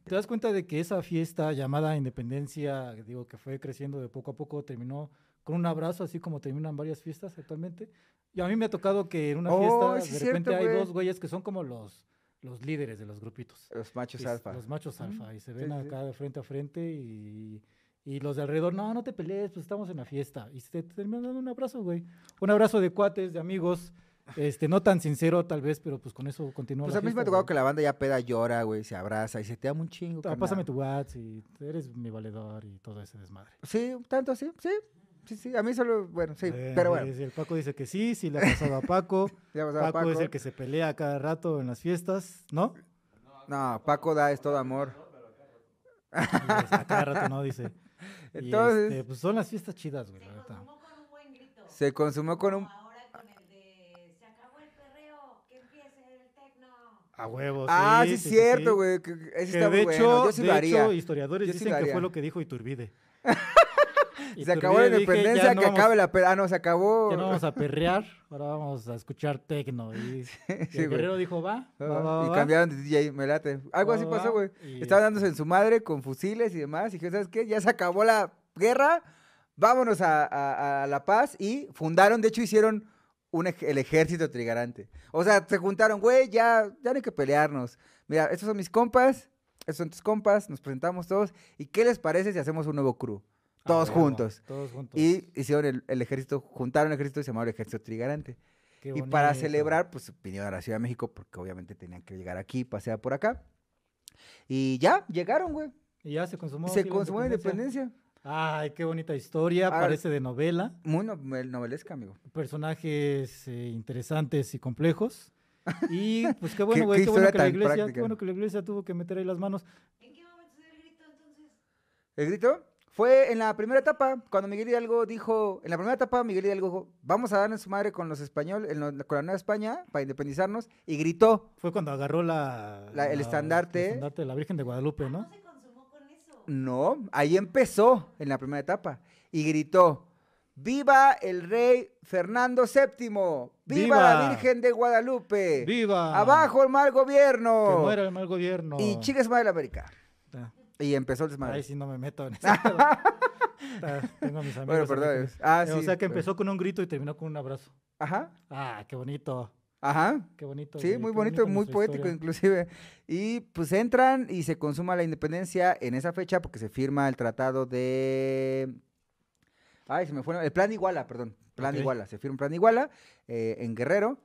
A: Te das cuenta de que esa fiesta llamada Independencia, digo que fue creciendo de poco a poco, terminó con un abrazo, así como terminan varias fiestas actualmente. Y a mí me ha tocado que en una
B: Oh,
A: fiesta
B: sí
A: de
B: es
A: repente
B: cierto,
A: hay
B: güey.
A: dos güeyes que son como los, los líderes de los grupitos.
B: Los machos
A: Y s-
B: alfa.
A: Pues,
B: Pues,
A: Los machos alfa. Y se
B: sí,
A: ven
B: sí, sí.
A: acá de frente a frente y, y los de alrededor, no, no te pelees, pues estamos en la fiesta. Y se te terminan dando un abrazo, güey. Un abrazo de cuates, de amigos. Este, no tan sincero tal vez, pero pues con eso continúa
B: Pues
A: la
B: a mí me
A: fiesta,
B: ha tocado
A: güey.
B: que la banda ya peda, llora, güey, se abraza y se te ama un chingo.
A: Ah,
B: carnal.
A: Pásame tu WhatsApp y eres mi valedor y todo ese desmadre.
B: Sí, un tanto así, sí. Sí, sí. A mí solo, bueno, sí.
A: Eh,
B: pero
A: así
B: bueno,
A: es, El Paco dice que sí, sí le ha pasado a Paco.
B: ya pasaba
A: Paco,
B: Paco.
A: es el que se pelea a cada rato en las fiestas, ¿no?
B: No, Paco da es todo amor.
A: Y es, a cada rato no, dice. Y,
B: Entonces-
A: este, pues son las fiestas chidas, güey, la neta.
C: con un buen grito.
B: Se consumó con un...
C: Como Ahora con el de se acabó el perreo, que empiece el tecno.
A: A huevos.
B: ah, sí, es
A: Oh, sí, sí, sí.
B: cierto, güey. que- que Ese
A: Que
B: está
A: de
B: muy
A: hecho,
B: bueno. Yo sí
A: de
B: lo haría.
A: hecho historiadores
B: Yo sí lo
A: dicen que
B: haría.
A: fue lo que dijo Iturbide. Y
B: Se
A: Iturbide
B: acabó la
A: dije, "Ya
B: independencia,
A: no
B: que
A: vamos-
B: acabe la peda. Ah, no, se acabó.
A: Ya no vamos a perrear, ahora vamos a escuchar tecno. Y, y
B: sí,
A: el
B: güey.
A: guerrero dijo, va,
B: Ah,
A: va, va, va,
B: y
A: va".
B: cambiaron de DJ, me late. Algo
A: Va,
B: así
A: va,
B: pasó,
A: va.
B: güey.
A: Y
B: Estaban dándose en su madre con fusiles y demás. Y que, ¿sabes qué? Ya se acabó la guerra. Vámonos a, a- a La Paz. Y fundaron, de hecho, hicieron un ej- el ejército trigarante. O sea, se juntaron, güey, ya, ya no hay que pelearnos. Mira, estos son mis compas, estos son tus compas, nos presentamos todos. ¿Y qué les parece si hacemos un nuevo crew?
A: a
B: Todos
A: huevo,
B: juntos.
A: Todos juntos.
B: Y hicieron el, el ejército, juntaron el ejército y se llamaba el ejército trigarante.
A: Qué
B: Y para
A: bonito.
B: celebrar, pues vinieron a la Ciudad de México porque obviamente tenían que llegar aquí, pasear por acá. Y ya, llegaron, güey.
A: Y ya se consumó. sí,
B: Se
A: la
B: consumó la independencia.
A: Ay, qué bonita historia,
B: Ah,
A: parece de novela.
B: Muy no- novelesca, amigo.
A: Personajes eh, interesantes y complejos. Y pues qué
B: Qué-
A: bueno, güey,
B: qué
A: qué, bueno
B: historia
A: que la
B: tan
A: iglesia,
B: práctica.
A: qué bueno que la iglesia tuvo que meter ahí las manos.
C: ¿En qué momento se dio el grito entonces?
B: ¿El grito? Fue en la primera etapa, cuando Miguel Hidalgo dijo, en la primera etapa Miguel Hidalgo dijo, vamos a darnos su madre con los españoles, en lo- con la Nueva España, para independizarnos, y gritó,
A: Fue cuando agarró la,
B: La- el estandarte.
A: el estandarte de la Virgen de Guadalupe,
C: ¿No?
A: ¿no?
C: se consumó con eso?
B: no, ahí empezó en la primera etapa, y gritó, viva el rey Fernando VII, viva, la
A: ¡Viva!
B: Virgen de Guadalupe,
A: ¡Viva!
B: abajo el mal
A: Que
B: gobierno,
A: muera el mal gobierno. Ah.
B: y chingue su madre la América,
A: Ta.
B: y empezó el desmadre.
A: Ahí sí no me meto en eso. pero- Ta, Tengo a mis amigos.
B: bueno,
A: aquí
B: perdón,
A: que-
B: es- ah,
A: Eh, o
B: sí,
A: sea que
B: pero-
A: empezó con un grito y terminó con un abrazo.
B: Ajá,
A: Ah, qué bonito,
B: ajá.
A: qué bonito.
B: Sí,
A: güey,
B: muy
A: qué
B: bonito,
A: bonita
B: muy
A: nuestra
B: poético
A: historia.
B: inclusive. Y pues entran y se consuma la independencia en esa fecha porque se firma el tratado de... Ay, se me fue... El plan de Iguala, perdón. Plan de
A: Ok.
B: Iguala. Se firma un plan de Iguala eh, en Guerrero.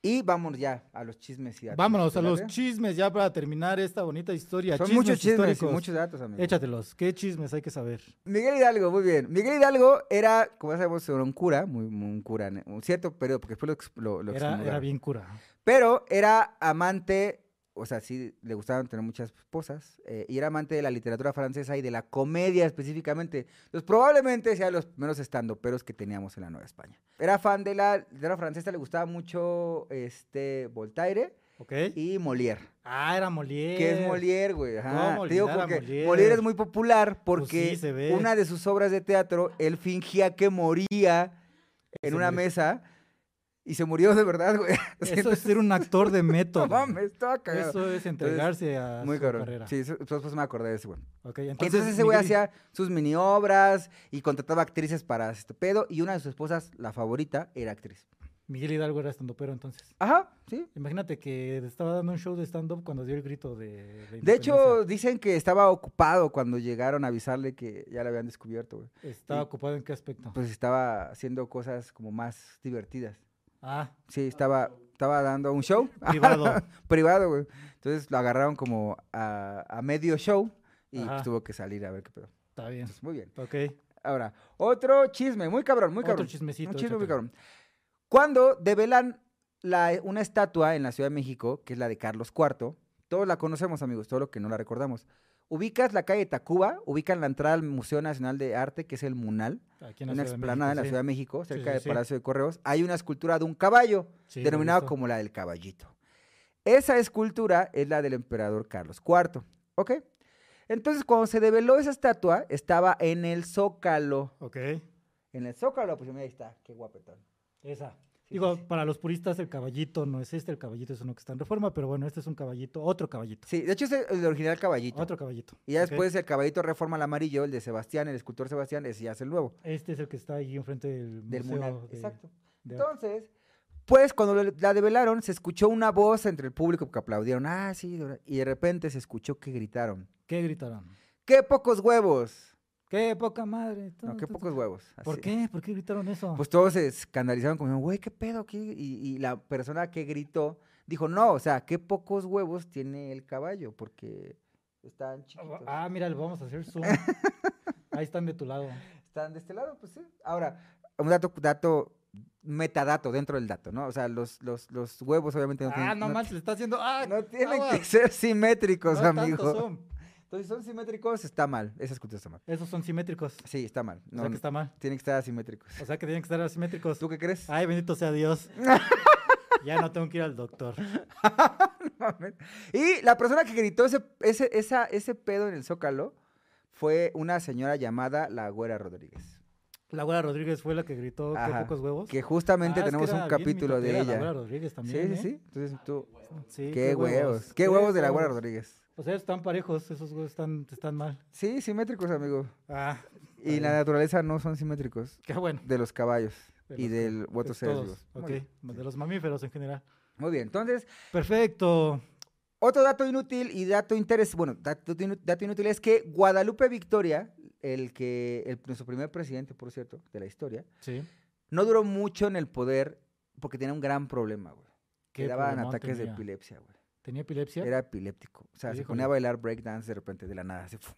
B: Y vámonos ya a los chismes. Y datos,
A: Vámonos
B: ¿te
A: a los
B: late?
A: chismes ya para terminar esta bonita historia.
B: Son muchos chismes y
A: históricos.
B: muchos datos, amigo.
A: Échatelos, ¿qué chismes hay que saber?
B: Miguel Hidalgo, muy bien. Miguel Hidalgo era, como ya sabemos, era un cura, muy, muy un cura, en un cierto periodo, porque después lo, ex- lo, lo
A: Era,
B: excomulgaron.
A: era bien cura.
B: Pero era amante, o sea, sí le gustaban tener muchas esposas, eh, y era amante de la literatura francesa y de la comedia específicamente. Entonces, probablemente sea de los primeros estandoperos que teníamos en la Nueva España. Era fan de la literatura francesa, le gustaba mucho este Voltaire
A: ¿Ok?
B: y Molière.
A: Ah, era Molière.
B: Que es Molière, güey. Ajá.
A: ¿Cómo
B: Te digo
A: olvidar a
B: porque
A: Molière? Pues
B: Molière es muy popular porque
A: sí, se ve.
B: una de sus obras de teatro, él fingía que moría en
A: Se
B: una
A: murió.
B: mesa y se murió de verdad, güey.
A: Eso es ser un actor de método.
B: No mames, estaba cagado.
A: Eso es entregarse a
B: Muy
A: su
B: cabrón.
A: carrera.
B: Sí, eso- pues, pues me acordé de ese güey.
A: Ok,
B: Entonces, ese güey
A: Miguel-
B: hacía sus mini obras y contrataba actrices para este pedo. Y una de sus esposas, la favorita, era actriz.
A: Miguel Hidalgo era estandopero entonces.
B: Ajá, sí.
A: Imagínate que estaba dando un show de stand-up cuando dio el grito de... De,
B: De
A: independencia.
B: hecho, dicen que estaba ocupado cuando llegaron a avisarle que ya la habían descubierto, güey.
A: ¿Estaba
B: y-
A: ocupado en qué aspecto?
B: Pues estaba haciendo cosas como más divertidas.
A: Ah,
B: Sí, estaba, estaba dando un show
A: privado.
B: privado, güey. Entonces lo agarraron como a, a medio show y
A: Ajá.
B: pues, tuvo que salir a ver qué pedo.
A: Está bien.
B: Pues, muy bien.
A: Ok.
B: Ahora, otro chisme, muy cabrón, muy
A: Otro
B: cabrón.
A: chismecito,
B: Un chisme muy
A: échatelo.
B: cabrón. Cuando develan la, una estatua en la Ciudad de México, que es la de Carlos IV, todos la conocemos, amigos, todo lo que no la recordamos. Ubicas la calle Tacuba, ubican la entrada al Museo Nacional de Arte, que es el Munal,
A: Aquí en la
B: una
A: Ciudad de
B: explanada en la
A: México,
B: Ciudad de México,
A: sí. Sí,
B: cerca
A: sí,
B: del
A: sí.
B: Palacio de Correos. Hay una escultura de un caballo,
A: Sí, lo he
B: denominada
A: visto.
B: como la del caballito. Esa escultura es la del emperador Carlos IV, ¿ok? Entonces, cuando se develó esa estatua, estaba en el Zócalo.
A: Ok.
B: En el Zócalo, pues mira, ahí está, qué guapetón.
A: Esa.
B: Sí,
A: Digo,
B: sí, sí.
A: para los puristas el caballito no es este, el caballito es uno que está en reforma, pero bueno, este es un caballito, otro caballito.
B: Sí, de hecho es el, el original caballito.
A: Otro caballito.
B: Y ya
A: ¿ok?
B: después el caballito reforma al amarillo, el de Sebastián, el escultor Sebastián, ese ya es el nuevo,
A: Este es el que está ahí enfrente del,
B: del
A: museo
B: Munal.
A: de-
B: Exacto.
A: de arte.
B: Entonces, pues cuando lo- la develaron, se escuchó una voz entre el público que aplaudieron, ah, sí, de verdad", y de repente se escuchó que gritaron,
A: ¿Qué gritaron?
B: ¡qué pocos huevos!
A: ¡Qué poca madre!
B: No,
A: Tu,
B: qué
A: tu,
B: pocos
A: tu.
B: huevos.
A: ¿Por
B: así.
A: qué? ¿Por qué gritaron eso?
B: Pues todos se escandalizaron como, güey, ¿qué pedo aquí? Y, y la persona que gritó dijo, no, o sea, qué pocos huevos tiene el caballo, porque están chiquitos.
A: ah, mira, le vamos a hacer zoom. ahí están de tu lado.
B: Están de este lado, pues sí. Ahora, un dato, dato, metadato dentro del dato, ¿no? O sea, los, los, los huevos obviamente no
A: ah,
B: tienen,
A: no,
B: no-
A: manches, le está haciendo. ¡Ah!
B: no tienen que
A: aguas,
B: ser simétricos,
A: no tanto
B: amigo.
A: zoom.
B: Entonces, son simétricos, está mal. Esa escultura está mal.
A: Esos son simétricos.
B: Sí, está mal. No,
A: o sea que está mal.
B: Tienen que estar asimétricos.
A: O sea que tienen que estar asimétricos.
B: ¿Tú qué crees?
A: Ay, bendito sea Dios. ya no tengo que ir al doctor.
B: mames. Y la persona que gritó ese, ese, esa- ese pedo en el zócalo fue una señora llamada La Güera Rodríguez.
A: La güera Rodríguez fue la que gritó
B: Ajá,
A: qué pocos huevos.
B: Que justamente
A: Ah, es que
B: tenemos
A: era
B: un
A: bien
B: capítulo de
A: mitotera la
B: ella.
A: güera Rodríguez
B: Sí,
A: también,
B: sí, sí. Entonces tú,
A: ¿eh? Sí,
B: qué, huevos. Qué huevos de La Güera Rodríguez.
A: O sea, están parejos, esos huevos están, están mal.
B: Sí, simétricos, amigo.
A: Ah,
B: Y la
A: bien.
B: naturaleza no son simétricos.
A: qué bueno.
B: De los caballos
A: De
B: y
A: los
B: del
A: de
B: otros seres
A: todos,
B: vivos. Muy
A: ok,
B: bien.
A: de los mamíferos en general.
B: Muy bien, entonces
A: Perfecto.
B: Otro dato inútil y dato interés, bueno, dato, inu- dato inútil es que Guadalupe Victoria, el que, el- nuestro primer presidente, por cierto, de la historia,
A: Sí.
B: no duró mucho en el poder porque tenía un gran problema, güey.
A: qué
B: Que daban
A: problemón
B: ataques de
A: tenía.
B: epilepsia, güey.
A: ¿Tenía epilepsia?
B: Era epiléptico. O sea, se ponía a
A: Híjole.
B: bailar breakdance de repente, de la nada. así, ¡fum!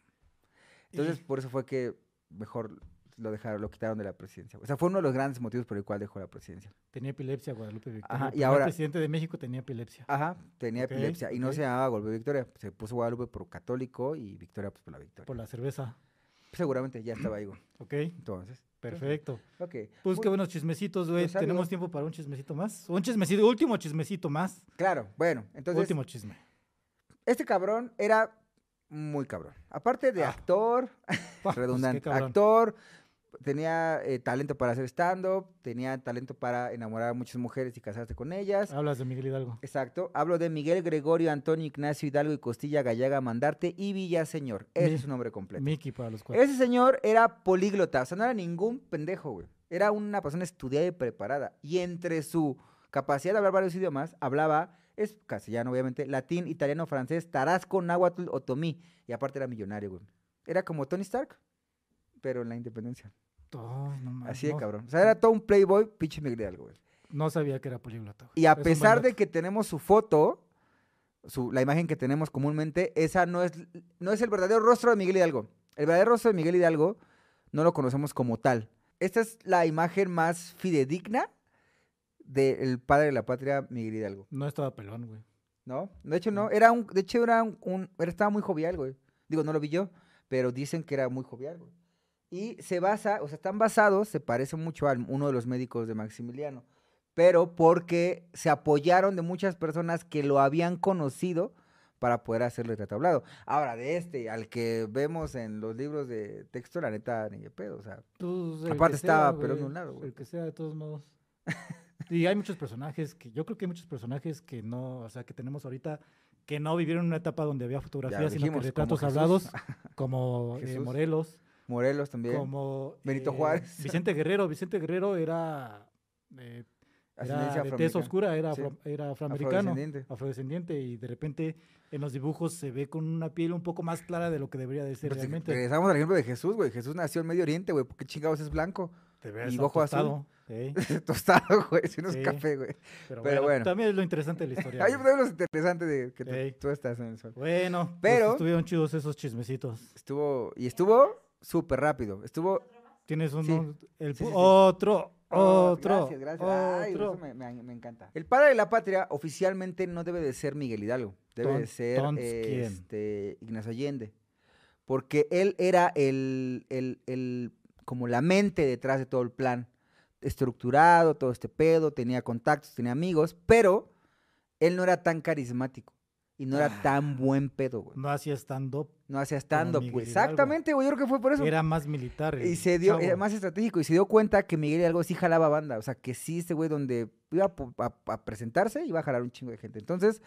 B: Entonces,
A: Y-
B: por eso fue que mejor lo dejaron, lo quitaron de la presidencia. güey. O sea, fue uno de los grandes motivos por el cual dejó la presidencia.
A: Tenía epilepsia Guadalupe Victoria.
B: Ajá,
A: el
B: y
A: primer
B: ahora-
A: presidente de México tenía epilepsia.
B: Ajá, tenía
A: Ok,
B: epilepsia. Y no
A: ok.
B: se llamaba Guadalupe Victoria. Se puso Guadalupe por católico y Victoria pues, por la victoria.
A: Por la cerveza.
B: Seguramente ya estaba ahí, güey.
A: Ok,
B: Entonces.
A: perfecto.
B: Ok.
A: Pues
B: muy-
A: qué buenos chismecitos, güey.
B: Pues, amigo.
A: ¿Tenemos tiempo para un chismecito más? Un chismecito, último chismecito más.
B: Claro, bueno. Entonces,
A: último chisme.
B: este cabrón era muy cabrón. Aparte de
A: Ah.
B: actor,
A: Pa, pues, qué
B: redundante,
A: cabrón.
B: actor, tenía eh, talento para hacer stand-up, tenía talento para enamorar a muchas mujeres y casarse con ellas.
A: Hablas de Miguel Hidalgo.
B: Exacto. Hablo de Miguel Gregorio Antonio Ignacio Hidalgo y Costilla Gallaga Mandarte y Villaseñor. Ese
A: Mi-
B: es su nombre completo.
A: Mickey para los cuatro.
B: Ese señor era políglota, o sea, no era ningún pendejo, güey. Era una persona estudiada y preparada. Y entre su capacidad de hablar varios idiomas, hablaba es castellano, obviamente, latín, italiano, francés, tarasco, náhuatl, otomí. Y aparte era millonario, güey. Era como Tony Stark, pero en la independencia.
A: Oh, no mames,
B: Así de
A: no-
B: cabrón. O sea, era todo un playboy, pinche Miguel Hidalgo, güey.
A: No sabía que era políglota. güey.
B: Y a
A: Es un
B: pesar
A: buen
B: de que tenemos su foto, su, la imagen que tenemos comúnmente, esa no es, no es el verdadero rostro de Miguel Hidalgo. El verdadero rostro de Miguel Hidalgo no lo conocemos como tal. Esta es la imagen más fidedigna del padre de la patria, Miguel Hidalgo.
A: dato. No estaba pelón, güey.
B: ¿No? De hecho, no.
A: No.
B: Era un, de hecho, era un, un- era- estaba muy jovial, güey. Digo, no lo vi yo, pero dicen que era muy jovial, güey. Y se basa, o sea, están basados, se parece mucho a uno de los médicos de Maximiliano, pero porque se apoyaron de muchas personas que lo habían conocido para poder hacer el retrato hablado. Ahora, de este, al que vemos en los libros de texto, la neta, ni de pedo, o sea,
A: Pues, el que
B: Aparte estaba
A: güey,
B: pelón de un lado, güey.
A: El que sea, de todos modos. y hay muchos personajes que, yo creo que hay muchos personajes que no, o sea, que tenemos ahorita que no vivieron una etapa donde había fotografías, sino
B: dijimos,
A: que
B: como
A: retratos
B: Jesús.
A: hablados, como eh,
B: Jesús.
A: Morelos,
B: Morelos también,
A: como
B: Benito
A: eh,
B: Juárez.
A: Vicente Guerrero. Vicente Guerrero era, eh,
B: ascendencia
A: era de tez
B: afroamericana,
A: oscura, era,
B: Sí.
A: afro- era afroamericano,
B: afrodescendiente.
A: afrodescendiente, y de repente en los dibujos se ve con una piel un poco más clara de lo que debería de ser
B: Pues,
A: realmente.
B: Regresamos al ejemplo de Jesús, güey. Jesús nació en Medio Oriente, güey. ¿Por qué chingados es blanco?
A: Te ¿eh? ves
B: y ojo azul.
A: tostado, sí.
B: Tostado, güey. Si no es
A: Sí.
B: café, güey.
A: Pero,
B: Pero
A: bueno,
B: bueno.
A: también es lo interesante de la historia.
B: Hay
A: güey.
B: uno de los interesantes de que tú,
A: Ey.
B: tú estás en el sol.
A: Bueno, pues
B: Pero-
A: estuvieron chidos esos chismecitos.
B: Estuvo, y estuvo súper rápido. Estuvo.
A: Tienes uno,
B: Sí.
A: el
B: Sí,
A: pu-
B: sí, sí.
A: otro,
B: Oh,
A: otro,
B: Gracias, gracias. Ay,
A: otro.
B: eso me, me- me encanta. El padre de la patria oficialmente no debe de ser Miguel Hidalgo. Debe de
A: Ton-
B: ser
A: Tons, ¿quién?
B: este, Ignacio Allende. Porque él era el, el- el- como la mente detrás de todo el plan. Estructurado, todo este pedo, tenía contactos, tenía amigos, pero él no era tan carismático. Y no era
A: Ah.
B: tan buen pedo, güey.
A: No hacía stand-up,
B: No hacía stand-up,
A: Miguel
B: pues.
A: Hidalgo.
B: Exactamente, güey. Yo creo que fue por eso.
A: era más militar.
B: Y
A: el
B: se dio,
A: chavo.
B: era más estratégico, y se dio cuenta que Miguel Hidalgo sí jalaba banda. O sea, que sí, este güey, donde iba a, pu- a- a presentarse, iba a jalar un chingo de gente. Entonces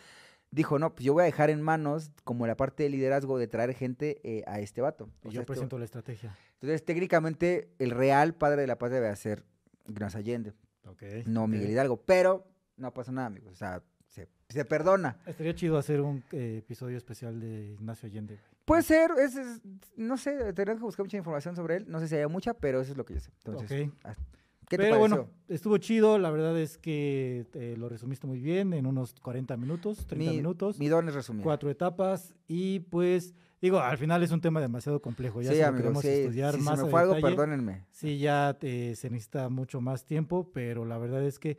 B: dijo, no, pues yo voy a dejar en manos como la parte de liderazgo de traer gente eh, a este vato.
A: Y
B: O sea,
A: yo
B: este-
A: presento la estrategia.
B: Entonces, técnicamente, el real padre de la paz debe ser Ignacio Allende,
A: Ok,
B: no
A: ok.
B: Miguel Hidalgo. Pero no pasa nada, amigos. O sea, se, se perdona.
A: Estaría chido hacer un eh, episodio especial de Ignacio Allende. güey.
B: Puede ser, es, es- no sé, tendrán que buscar mucha información sobre él. No sé si haya mucha, pero eso es lo que yo sé. Entonces,
A: Ok.
B: ah, ¿qué te
A: Pero bueno,
B: pareció?
A: estuvo chido. La verdad es que eh, lo resumiste muy bien en unos 40 minutos, 30
B: Mi-
A: minutos.
B: Mi don es resumir.
A: cuatro etapas y pues digo, al final es un tema demasiado complejo, ya
B: sí,
A: si lo
B: amigo,
A: queremos
B: sí.
A: estudiar
B: si
A: más
B: se me
A: a
B: fue algo,
A: detalle,
B: perdónenme.
A: Sí, ya eh, se necesita mucho más tiempo, pero la verdad es que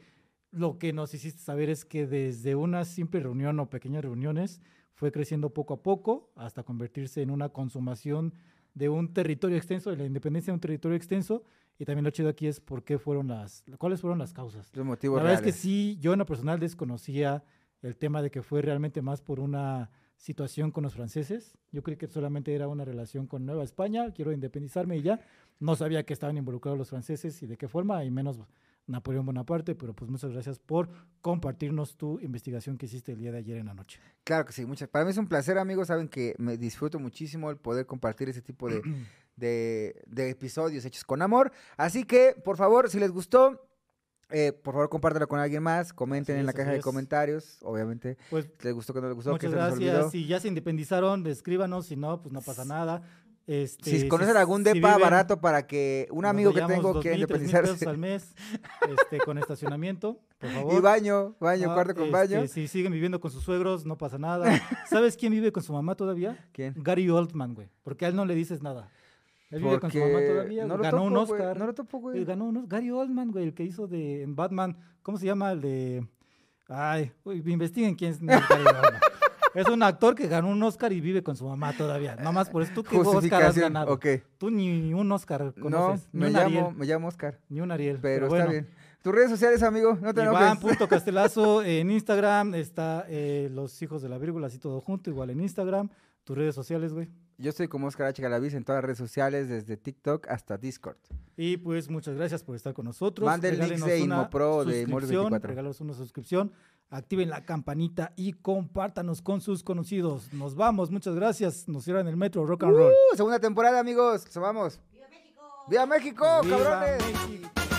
A: lo que nos hiciste saber es que desde una simple reunión o pequeñas reuniones fue creciendo poco a poco hasta convertirse en una consumación de un territorio extenso, de la independencia de un territorio extenso y también lo chido aquí es por qué fueron las, cuáles fueron las causas.
B: Los motivos
A: La verdad
B: reales.
A: es que sí, yo en lo personal desconocía el tema de que fue realmente más por una situación con los franceses. Yo creí que solamente era una relación con Nueva España, quiero independizarme y ya. No sabía que estaban involucrados los franceses y de qué forma, y menos Napoleón Bonaparte, pero pues muchas gracias por compartirnos tu investigación que hiciste el día de ayer en la noche.
B: Claro que sí, muchas. Para mí es un placer, amigos. Saben que me disfruto muchísimo el poder compartir ese tipo de, de, de episodios hechos con amor. Así que, por favor, si les gustó, eh, por favor, compártelo con alguien más. Comenten
A: Así
B: en la
A: es,
B: caja
A: así
B: de
A: es.
B: comentarios, obviamente.
A: Pues
B: Si les gustó, que no les gustó, que
A: muchas
B: se les olvidó.
A: gracias. Si ya se independizaron, escríbanos, si no, pues no pasa nada. Este,
B: Si conocen algún
A: si
B: depa
A: viven-
B: barato para que un
A: nos
B: amigo que
A: vayamos,
B: tengo quiera
A: 2,000, 3,000 pesos
B: independizarse.
A: al mes, este, con estacionamiento, por favor.
B: Y baño, baño,
A: Ah,
B: cuarto con
A: este,
B: baño.
A: Si siguen viviendo con sus suegros, no pasa nada. ¿Sabes quién vive con su mamá todavía?
B: ¿Quién?
A: Gary Oldman, güey. Porque a él no le dices nada. Él vive con su mamá
B: Porque
A: todavía.
B: no lo
A: ganó
B: topo,
A: un
B: güey,
A: Oscar.
B: No lo topo,
A: Él
B: güey.
A: ganó un Os- Gary Oldman, güey, el que hizo de en Batman. ¿Cómo se llama? El de. Ay, uy, investiguen quién es Gary Oldman. Es un actor que ganó un Oscar y vive con su mamá todavía. Nomás por eso, ¿tú qué Oscar has
B: Justificación.
A: ganado?
B: Ok.
A: Tú ni, ni un Oscar
B: No,
A: conoces.
B: me
A: ni un
B: llamo,
A: Ariel.
B: me llamo Oscar.
A: Ni un Ariel.
B: Pero,
A: bueno.
B: está bien. Tus redes sociales, amigo, no te
A: Iván
B: enojes.
A: punto Castelazo en Instagram, está eh, Los Hijos de la Vírgula, así todo junto, igual en Instagram, tus redes sociales, güey.
B: Yo estoy como Oscar H. Galaviz en todas las redes sociales, desde TikTok hasta Discord.
A: Y pues muchas gracias por estar con nosotros.
B: Manden links
A: Regálenos
B: de
A: una
B: Inmopro, de Inmores
A: suscripción,
B: 24.
A: regálenos una suscripción, activen la campanita y compártanos con sus conocidos. Nos vamos, muchas gracias. Nos cierran el metro rock and roll.
B: Uh, segunda temporada, amigos. Nos vamos.
C: ¡Viva México!
B: ¡Viva México,
A: ¡Viva
B: cabrones!
A: México!